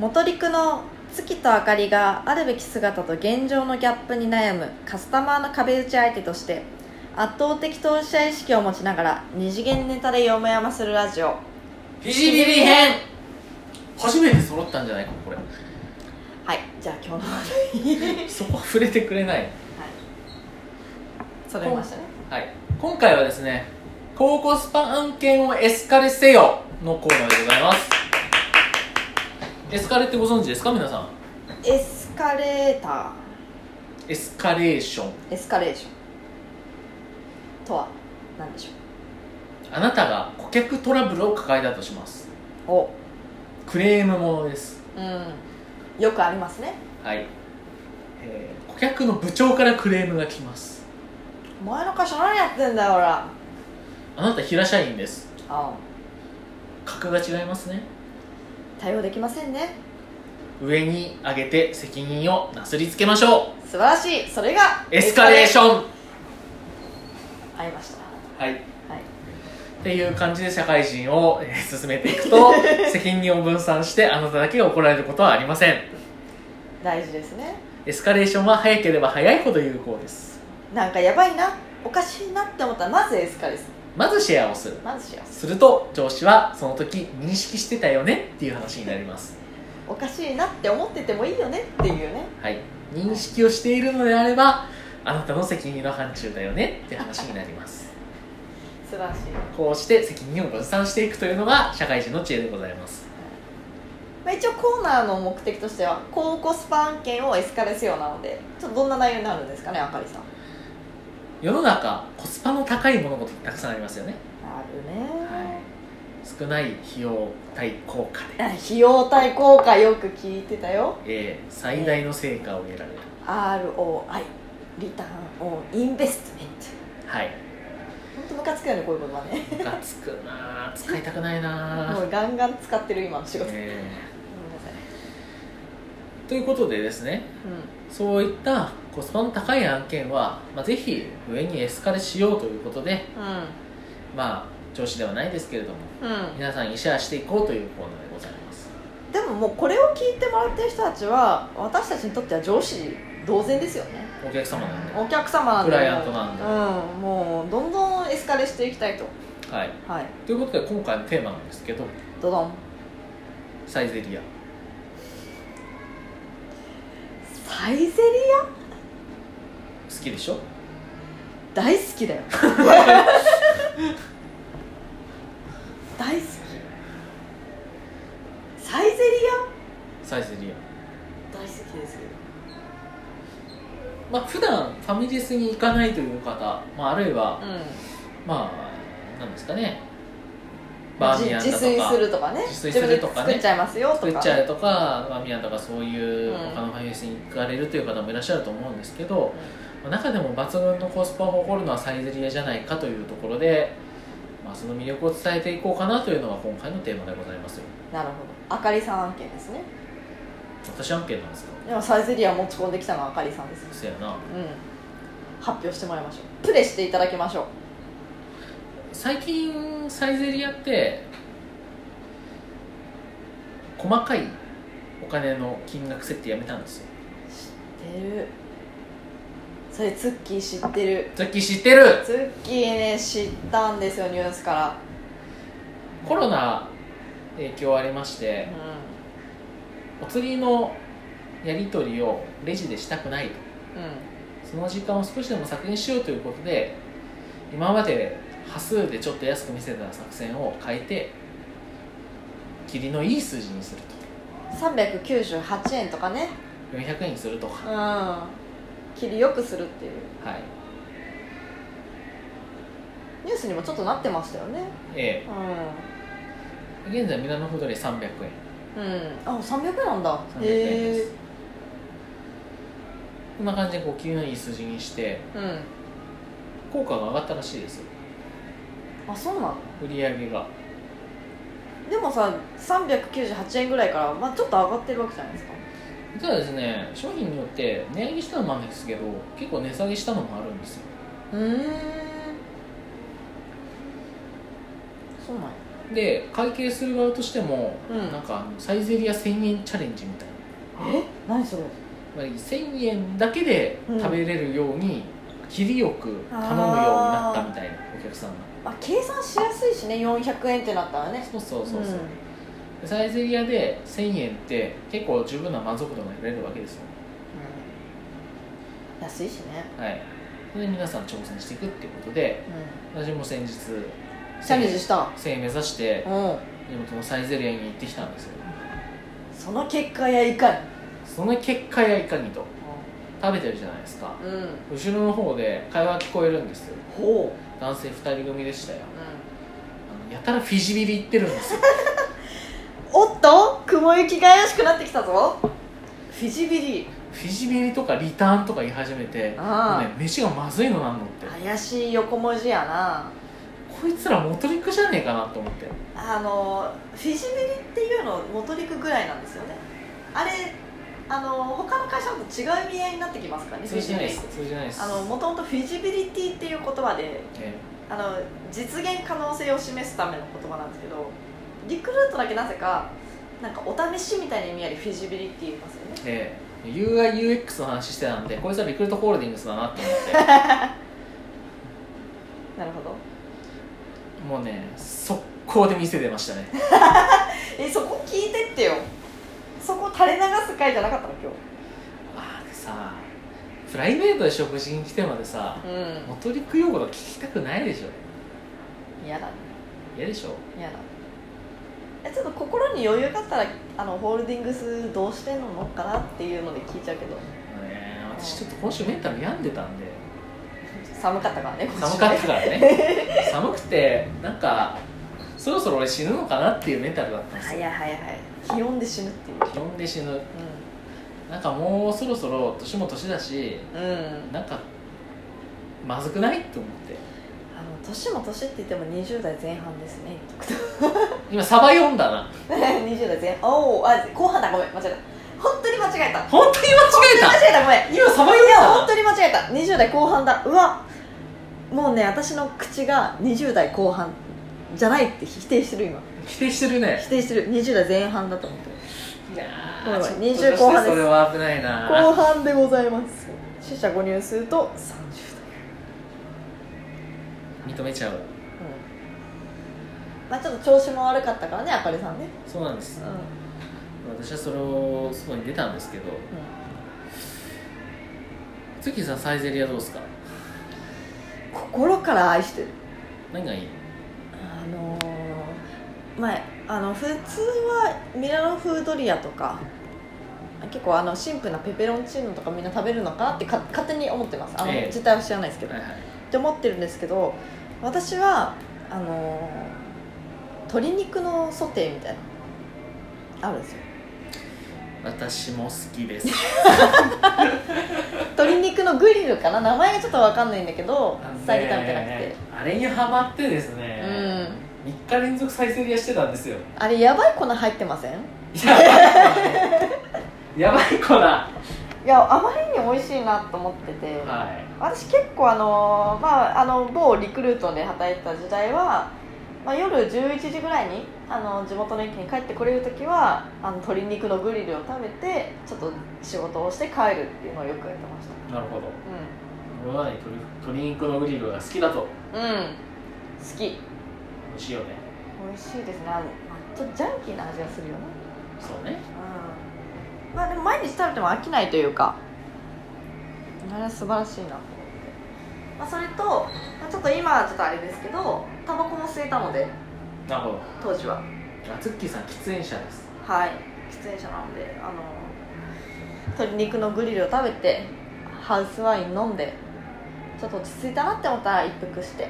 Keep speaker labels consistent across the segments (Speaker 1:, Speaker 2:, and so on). Speaker 1: 元陸の月と明かりがあるべき姿と現状のギャップに悩むカスタマーの壁打ち相手として圧倒的当事者意識を持ちながら二次元ネタでよもやまするラジオ
Speaker 2: ピシビビ編初めて揃ったんじゃないかこれ
Speaker 1: はいじゃあ今日の話
Speaker 2: そこは触れてくれない
Speaker 1: それましたね
Speaker 2: はい今回はですね高コスパ案件をエスカレせよのコーナーでございますエスカレってご存知ですか皆さん
Speaker 1: エスカレーター
Speaker 2: エスカレーション
Speaker 1: エスカレーションとは何でしょ
Speaker 2: あなたが顧客トラブルを抱えたとします
Speaker 1: うお
Speaker 2: クレームものです
Speaker 1: うんよくありますね
Speaker 2: はい、えー顧客の部長からクレームが来ます
Speaker 1: お前の会社何やってんだよほら
Speaker 2: あなた平社員です
Speaker 1: あ
Speaker 2: 格が違いますね
Speaker 1: 対応できませんね
Speaker 2: 上に上げて責任をなすりつけましょう
Speaker 1: 素晴らしいそれが
Speaker 2: エスカレーシ
Speaker 1: ン
Speaker 2: ョン
Speaker 1: ありました
Speaker 2: はい
Speaker 1: はい
Speaker 2: っていう感じで社会人をえー進めていくと責任を分散してあなただけが怒られることはありません
Speaker 1: 大事ですね
Speaker 2: エスカレーションは早ければ早いほど有効です
Speaker 1: なんかやばいなおかしいなって思ったらまずエスカレーです
Speaker 2: まずシェアをする
Speaker 1: まずしよ
Speaker 2: すると上司はその時認識してたよねっていう話になります
Speaker 1: うおかしいなって思っててもいいよねっていうね
Speaker 2: はい認識をしているのであればあなたの責任の範疇だよねっていう話になります
Speaker 1: 素晴らしい
Speaker 2: こうして責任を分散していくというのが社会人の知恵でございます
Speaker 1: まあ、一応コーナーの目的としては高コスパ案件をエスカレーせよなのでちょっとどんな内容になるんですかねあかりさん
Speaker 2: 世の中コスパの高い物事ってたくさんありますよね、
Speaker 1: あるね
Speaker 2: 少ない費用対効果で、
Speaker 1: 費用対効果よく聞いてたよ
Speaker 2: えー最大の成果を得られる、
Speaker 1: ROI リターンオンインベストメント
Speaker 2: はい
Speaker 1: 本当ムカつくよねこういうことはね
Speaker 2: ムカつくなあ使いたくないなあ
Speaker 1: もうガンガン使ってる今の仕事ごめんな
Speaker 2: え
Speaker 1: さい
Speaker 2: ーということでですねそういったコスパの高い案件は、まあ、ぜひ上にエスカレしようということで
Speaker 1: う
Speaker 2: まあ調子ではないですけれども
Speaker 1: んうん、うん
Speaker 2: 皆さんにシェアしていこうというコーナーでございます
Speaker 1: でももうこれを聞いてもらってる人たちは私たちにとっては上司同然ですよね
Speaker 2: お客様なんで
Speaker 1: お客様なんで
Speaker 2: クライアントなんで
Speaker 1: うんもうどんどんエスカレしていきたいと
Speaker 2: はい
Speaker 1: はい
Speaker 2: ということで今回のテーマなんですけど
Speaker 1: ドドン
Speaker 2: サイゼリア
Speaker 1: サイゼリア
Speaker 2: 好きでしょ
Speaker 1: 大好き だよ大好きサイゼリ
Speaker 2: サイゼリア
Speaker 1: ア大好きですけど
Speaker 2: まあ普段ファミレスに行かないという方、まあ、あるいは、
Speaker 1: う
Speaker 2: まあなんですかね
Speaker 1: ん
Speaker 2: バーミヤン
Speaker 1: 自
Speaker 2: だ
Speaker 1: 自炊す
Speaker 2: とか
Speaker 1: るとかね
Speaker 2: 自炊するとかね
Speaker 1: 自分で作っちゃいますよとか
Speaker 2: 作っちゃうとかバーミヤンとかそういう
Speaker 1: うん
Speaker 2: 他のファミレスに行かれるという方もいらっしゃると思うんですけど、まあ中でも抜群のコスパを誇るのはサイゼリアじゃないかというところで、まあ、その魅力を伝えていこうかなというのが今回のテーマでございますよ
Speaker 1: なるほどあかりさん案件ですね
Speaker 2: 私案件なんですけど
Speaker 1: でもサイゼリア持ち込んできたのはあかりさんです
Speaker 2: そやな
Speaker 1: うん発表してもらいましょうプレしていただきましょう
Speaker 2: 最近サイゼリアって細かいお金の金額設定やめたんですよ
Speaker 1: 知ってるそれツッキー知ってる
Speaker 2: さっき知ってる
Speaker 1: ツッキーね知ったんですよニュースから
Speaker 2: コロナ影響ありまし
Speaker 1: う
Speaker 2: て
Speaker 1: ん
Speaker 2: お釣りのやり取りをレジでしたくないとその時間を少しでも削減しようということで今まで端数でちょっと安く見せた作戦を変えて霧のいい数字にする
Speaker 1: うん398円とかね
Speaker 2: と400円にするとか
Speaker 1: うん切りよくするっていう
Speaker 2: はい
Speaker 1: ニュースにもちょっとなってましたよね
Speaker 2: え
Speaker 1: う
Speaker 2: え現在ミラノフードで300円
Speaker 1: んうんあ300円なんだ
Speaker 2: 300円
Speaker 1: へ
Speaker 2: で
Speaker 1: え
Speaker 2: すこんな感じでこう急にいい数字にして
Speaker 1: うん
Speaker 2: 効果が上がったらしいですよ
Speaker 1: あそうなの
Speaker 2: 売り上げが
Speaker 1: でもさ398円ぐらいから、まあ、ちょっと上がってるわけじゃないですか
Speaker 2: 実はですね商品によって値上げしたのもあるんですけど結構値下げしたのもあるんですよ
Speaker 1: うーんそうなんや
Speaker 2: で会計する側としても、
Speaker 1: うん
Speaker 2: なんかあのサイゼリア1000円チャレンジみたいな
Speaker 1: え何それ
Speaker 2: つまり1000円だけで食べれるように、切りよく頼むようになったみたいなお客さんが
Speaker 1: まあ、計算しやすいしね400円ってなったらね
Speaker 2: そうそうそうそう、
Speaker 1: うん
Speaker 2: でサイゼリアで1000円って結構十分な満足度が得られるわけですよ
Speaker 1: 安いしね、
Speaker 2: はいそれで皆さん挑戦していくっていうことで
Speaker 1: う
Speaker 2: 私も先日
Speaker 1: ん、チャレンジした
Speaker 2: 1000円目指して
Speaker 1: うん
Speaker 2: 地元のサイゼリアに行ってきたんですよ
Speaker 1: その結果やいかに
Speaker 2: その結果やいかにと食べてるじゃないですか
Speaker 1: うん
Speaker 2: 後ろの方で会話聞こえるんですよ
Speaker 1: ほ
Speaker 2: 男性2人組でしたよ
Speaker 1: う、う
Speaker 2: あのやたらフィジビリ行ってるん です
Speaker 1: ん、
Speaker 2: よ
Speaker 1: おっと雲行きが怪しくなってきたぞフィジビリ
Speaker 2: フィジビリとかリターンとか言い始めて
Speaker 1: ああ
Speaker 2: もうね飯がまずいのなんのって
Speaker 1: 怪しい横文字やな
Speaker 2: こいつら元陸じゃねえかなと思って
Speaker 1: あのフィジビリっていうの元陸ぐらいなんですよねあれあの他の会社と違う意味合いになってきますからねフィ
Speaker 2: 通じ
Speaker 1: ジ
Speaker 2: ない
Speaker 1: ビリ
Speaker 2: です通じないです
Speaker 1: あのもともとフィジビリティっていう言葉で
Speaker 2: え
Speaker 1: あの実現可能性を示すための言葉なんですけどリクルートだけなぜかなんかお試しみたいな意味ありフィジビリティ言いますよね
Speaker 2: えええ UIUX の話してたんでこいつはリクルートホールディングスだなと思って
Speaker 1: なるほど
Speaker 2: もうね速攻で店出ましたね
Speaker 1: えそこ聞いてってよそこ垂れ流す回じゃなかったの今
Speaker 2: ああでさプライベートで食事に来てまでさ
Speaker 1: 日う
Speaker 2: 元陸用語とか聞きたくないでしょ
Speaker 1: ん嫌だね
Speaker 2: 嫌でしょ
Speaker 1: 嫌だえちょっと心に余裕があったらあのホールディングスどうしてんのかなっていうので聞いちゃうけど
Speaker 2: ねえ私ちょっと今週メンタル病んでたんで
Speaker 1: 寒かったからね
Speaker 2: 寒かっ
Speaker 1: った
Speaker 2: からね寒くてなんかそろそろ俺死ぬのかなっていうメンタルだったんです
Speaker 1: はい
Speaker 2: よ
Speaker 1: はいはいはい気温で死ぬっていう
Speaker 2: 気温で死ぬなんかもうそろそろ年も年だし
Speaker 1: うん、うん
Speaker 2: なんかまずくないと思って
Speaker 1: あの年も年って言っても20代前半ですね
Speaker 2: 今サバ読んだな
Speaker 1: 20代前半おおあ後半だごめん間違えた本当に間違えた
Speaker 2: 本当に間違えた
Speaker 1: 間違えたごめん
Speaker 2: 今サバ読ん
Speaker 1: いや本
Speaker 2: だ
Speaker 1: 当に間違えた20代後半だうわもうね私の口が20代後半じゃないって否定してる今
Speaker 2: 否定してるね
Speaker 1: 否定してる20代前半だと思ってる
Speaker 2: いや
Speaker 1: やばい
Speaker 2: ちょっと
Speaker 1: 20後半です
Speaker 2: それは危ない
Speaker 1: 後
Speaker 2: な
Speaker 1: 半でございます死者誤入すると30
Speaker 2: 認めちゃう
Speaker 1: 代うんまあちょっと調子も悪かったからねあかりさんね
Speaker 2: そうなんです
Speaker 1: うん、
Speaker 2: 私はそれを外に出たんですけど月さんサイゼリアどうですか
Speaker 1: 心から愛してる
Speaker 2: 何がいい
Speaker 1: あのー、まああの普通はミラノ風ドリアとか結構あのシンプルなペペロンチーノとかみんな食べるのかなってか勝手に思ってますあの、
Speaker 2: ええ
Speaker 1: 実態は知らないですけど、
Speaker 2: はい
Speaker 1: っ
Speaker 2: はい
Speaker 1: て思ってるんですけど私はあのー鶏肉のソテーみたいなあるんですよ
Speaker 2: 私も好き です
Speaker 1: 鶏肉のグリルかな名前がちょっと分かんないんだけど
Speaker 2: あのね
Speaker 1: 最近食べてなくて
Speaker 2: あれにハマってですね、3日連続サイゼリアしてたんです よ
Speaker 1: あれやばい粉入ってません
Speaker 2: やばいやばい子だ
Speaker 1: いやあまりに美味しいなと思ってて、
Speaker 2: はい
Speaker 1: 私結構あの、まあ、あの某リクルートで働いてた時代は、まあ、夜11時ぐらいにあの地元の駅に帰ってこれる時はあの鶏肉のグリルを食べてちょっと仕事をして帰るっていうのをよくやってました
Speaker 2: なるほど俺はね鶏鶏肉のグリルが好きだと
Speaker 1: うん、うん、好き美
Speaker 2: 美味しいよね
Speaker 1: 味しいですねあのちょっとジャンキーな味がするよね
Speaker 2: そうね
Speaker 1: うんまあでも毎日食べても飽きないというかあれは素晴らしいなと思って、まあ、それと、まあ、ちょっと今はちょっとあれですけどタバコも吸えたので
Speaker 2: なるほど
Speaker 1: 当時は
Speaker 2: あツッキーさん喫煙者です
Speaker 1: はい喫煙者なのであの鶏肉のグリルを食べてハウスワイン飲んでちょっと落ち着いたなって思ったら一服して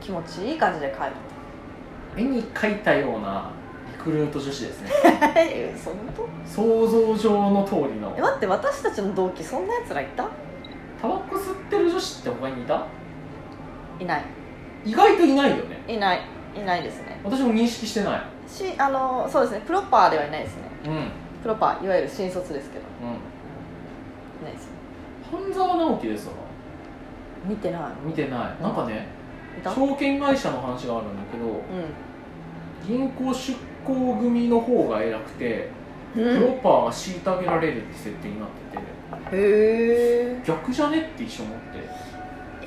Speaker 1: 気持ちいい感じで帰る
Speaker 2: 絵に描いたようなリクルート女子ですね
Speaker 1: えそんなと
Speaker 2: 想像上の通りの
Speaker 1: え待って私たちの同期そんなやつらいた
Speaker 2: タバコ吸ってる女子って他にいた
Speaker 1: いない
Speaker 2: 意外といないよね
Speaker 1: いないいないですね
Speaker 2: 私も認識してない
Speaker 1: しあのそうですねプロパーではいないですね
Speaker 2: うんうん
Speaker 1: プロパーいわゆる新卒ですけどいないですよ
Speaker 2: 半沢直樹ですよ
Speaker 1: 見てない
Speaker 2: 見てないなんかね
Speaker 1: いたうん
Speaker 2: 証券会社の話があるんだけど
Speaker 1: う
Speaker 2: 銀行出向組の方が偉くて
Speaker 1: う
Speaker 2: プロ
Speaker 1: ん
Speaker 2: ッパーが虐げられるって設定になってて
Speaker 1: へえ
Speaker 2: 逆じゃねって一瞬思って
Speaker 1: い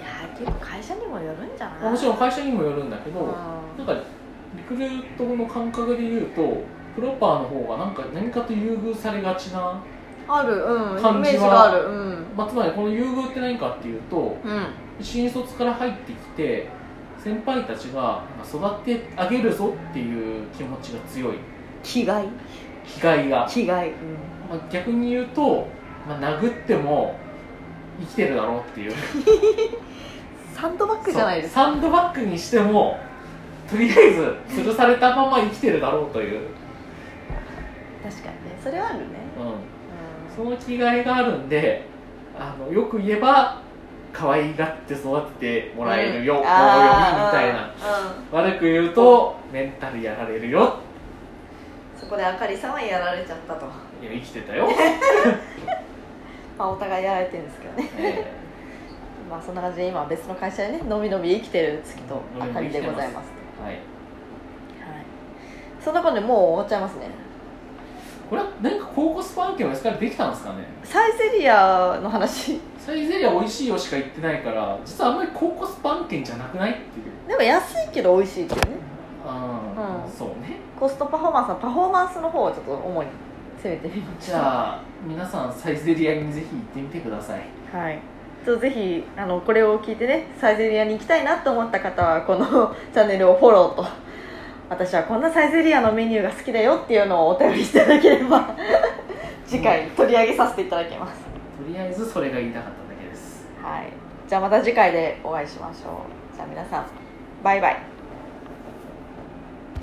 Speaker 1: やー結構会社にもよるんじゃない
Speaker 2: まあもちろん会社にもよるんだけど
Speaker 1: うん
Speaker 2: なんかリクルートの感覚で言うとプロッパーの方がなんか何かと優遇されがちな、
Speaker 1: あるうんイ
Speaker 2: 感
Speaker 1: メー
Speaker 2: じは
Speaker 1: ジがあるうん
Speaker 2: まあ、つまりこの優遇って何かっていうと
Speaker 1: うん
Speaker 2: 新卒から入ってきて先輩たちがなんか育ってあげるぞっていう気持ちが強い
Speaker 1: 気概
Speaker 2: 気概が、
Speaker 1: 気概
Speaker 2: まあ、逆に言うと、まあ、殴っても生きてるだろうっていう
Speaker 1: サンドバッグじゃないですか
Speaker 2: そうサンドバッグにしてもとりあえず吊るされたまま生きてるだろうという、
Speaker 1: 確かにねそれはあるね
Speaker 2: うん、
Speaker 1: うん
Speaker 2: その気概があるんであのよく言えば可愛がって育ててもらえる
Speaker 1: う
Speaker 2: よ、
Speaker 1: ん
Speaker 2: こうよ
Speaker 1: あー
Speaker 2: みたい
Speaker 1: う
Speaker 2: な
Speaker 1: ん
Speaker 2: 悪く言うとメンタルやられるよ
Speaker 1: そこであかりさんはやられちゃったと
Speaker 2: いや生きて たよ、
Speaker 1: まあお互いやられてるんですけどね
Speaker 2: え
Speaker 1: まあそんな感じで今別の会社でねのびのび生きてる月とあかりでございます
Speaker 2: ーはい、
Speaker 1: はいそんなことでもう終わっちゃいますね
Speaker 2: これは何か高コスパ案件を安からできたんですかね
Speaker 1: サイゼリアの話
Speaker 2: サイゼリア美味しいよしか言ってないから実はあんまり高コスパ案件じゃなくないっていう
Speaker 1: でも安いけど美味しいっていうね
Speaker 2: あー
Speaker 1: うん
Speaker 2: そうね
Speaker 1: コストパフォーマンスのパフォーマンスの方をちょっと主に攻めてみまし
Speaker 2: じゃあ皆さんサイゼリアにぜひ行ってみてください
Speaker 1: たはいちょっとぜひあのこれを聞いてねサイゼリアに行きたいなと思った方はこの チャンネルをフォローと私はこんなサイゼリアのメニューが好きだよっていうのをお便りいただければ 次回取り上げさせていただきます、
Speaker 2: とりあえずそれが言いたかっただけです
Speaker 1: はいじゃあまた次回でお会いしましょうじゃあ皆さんバイバイ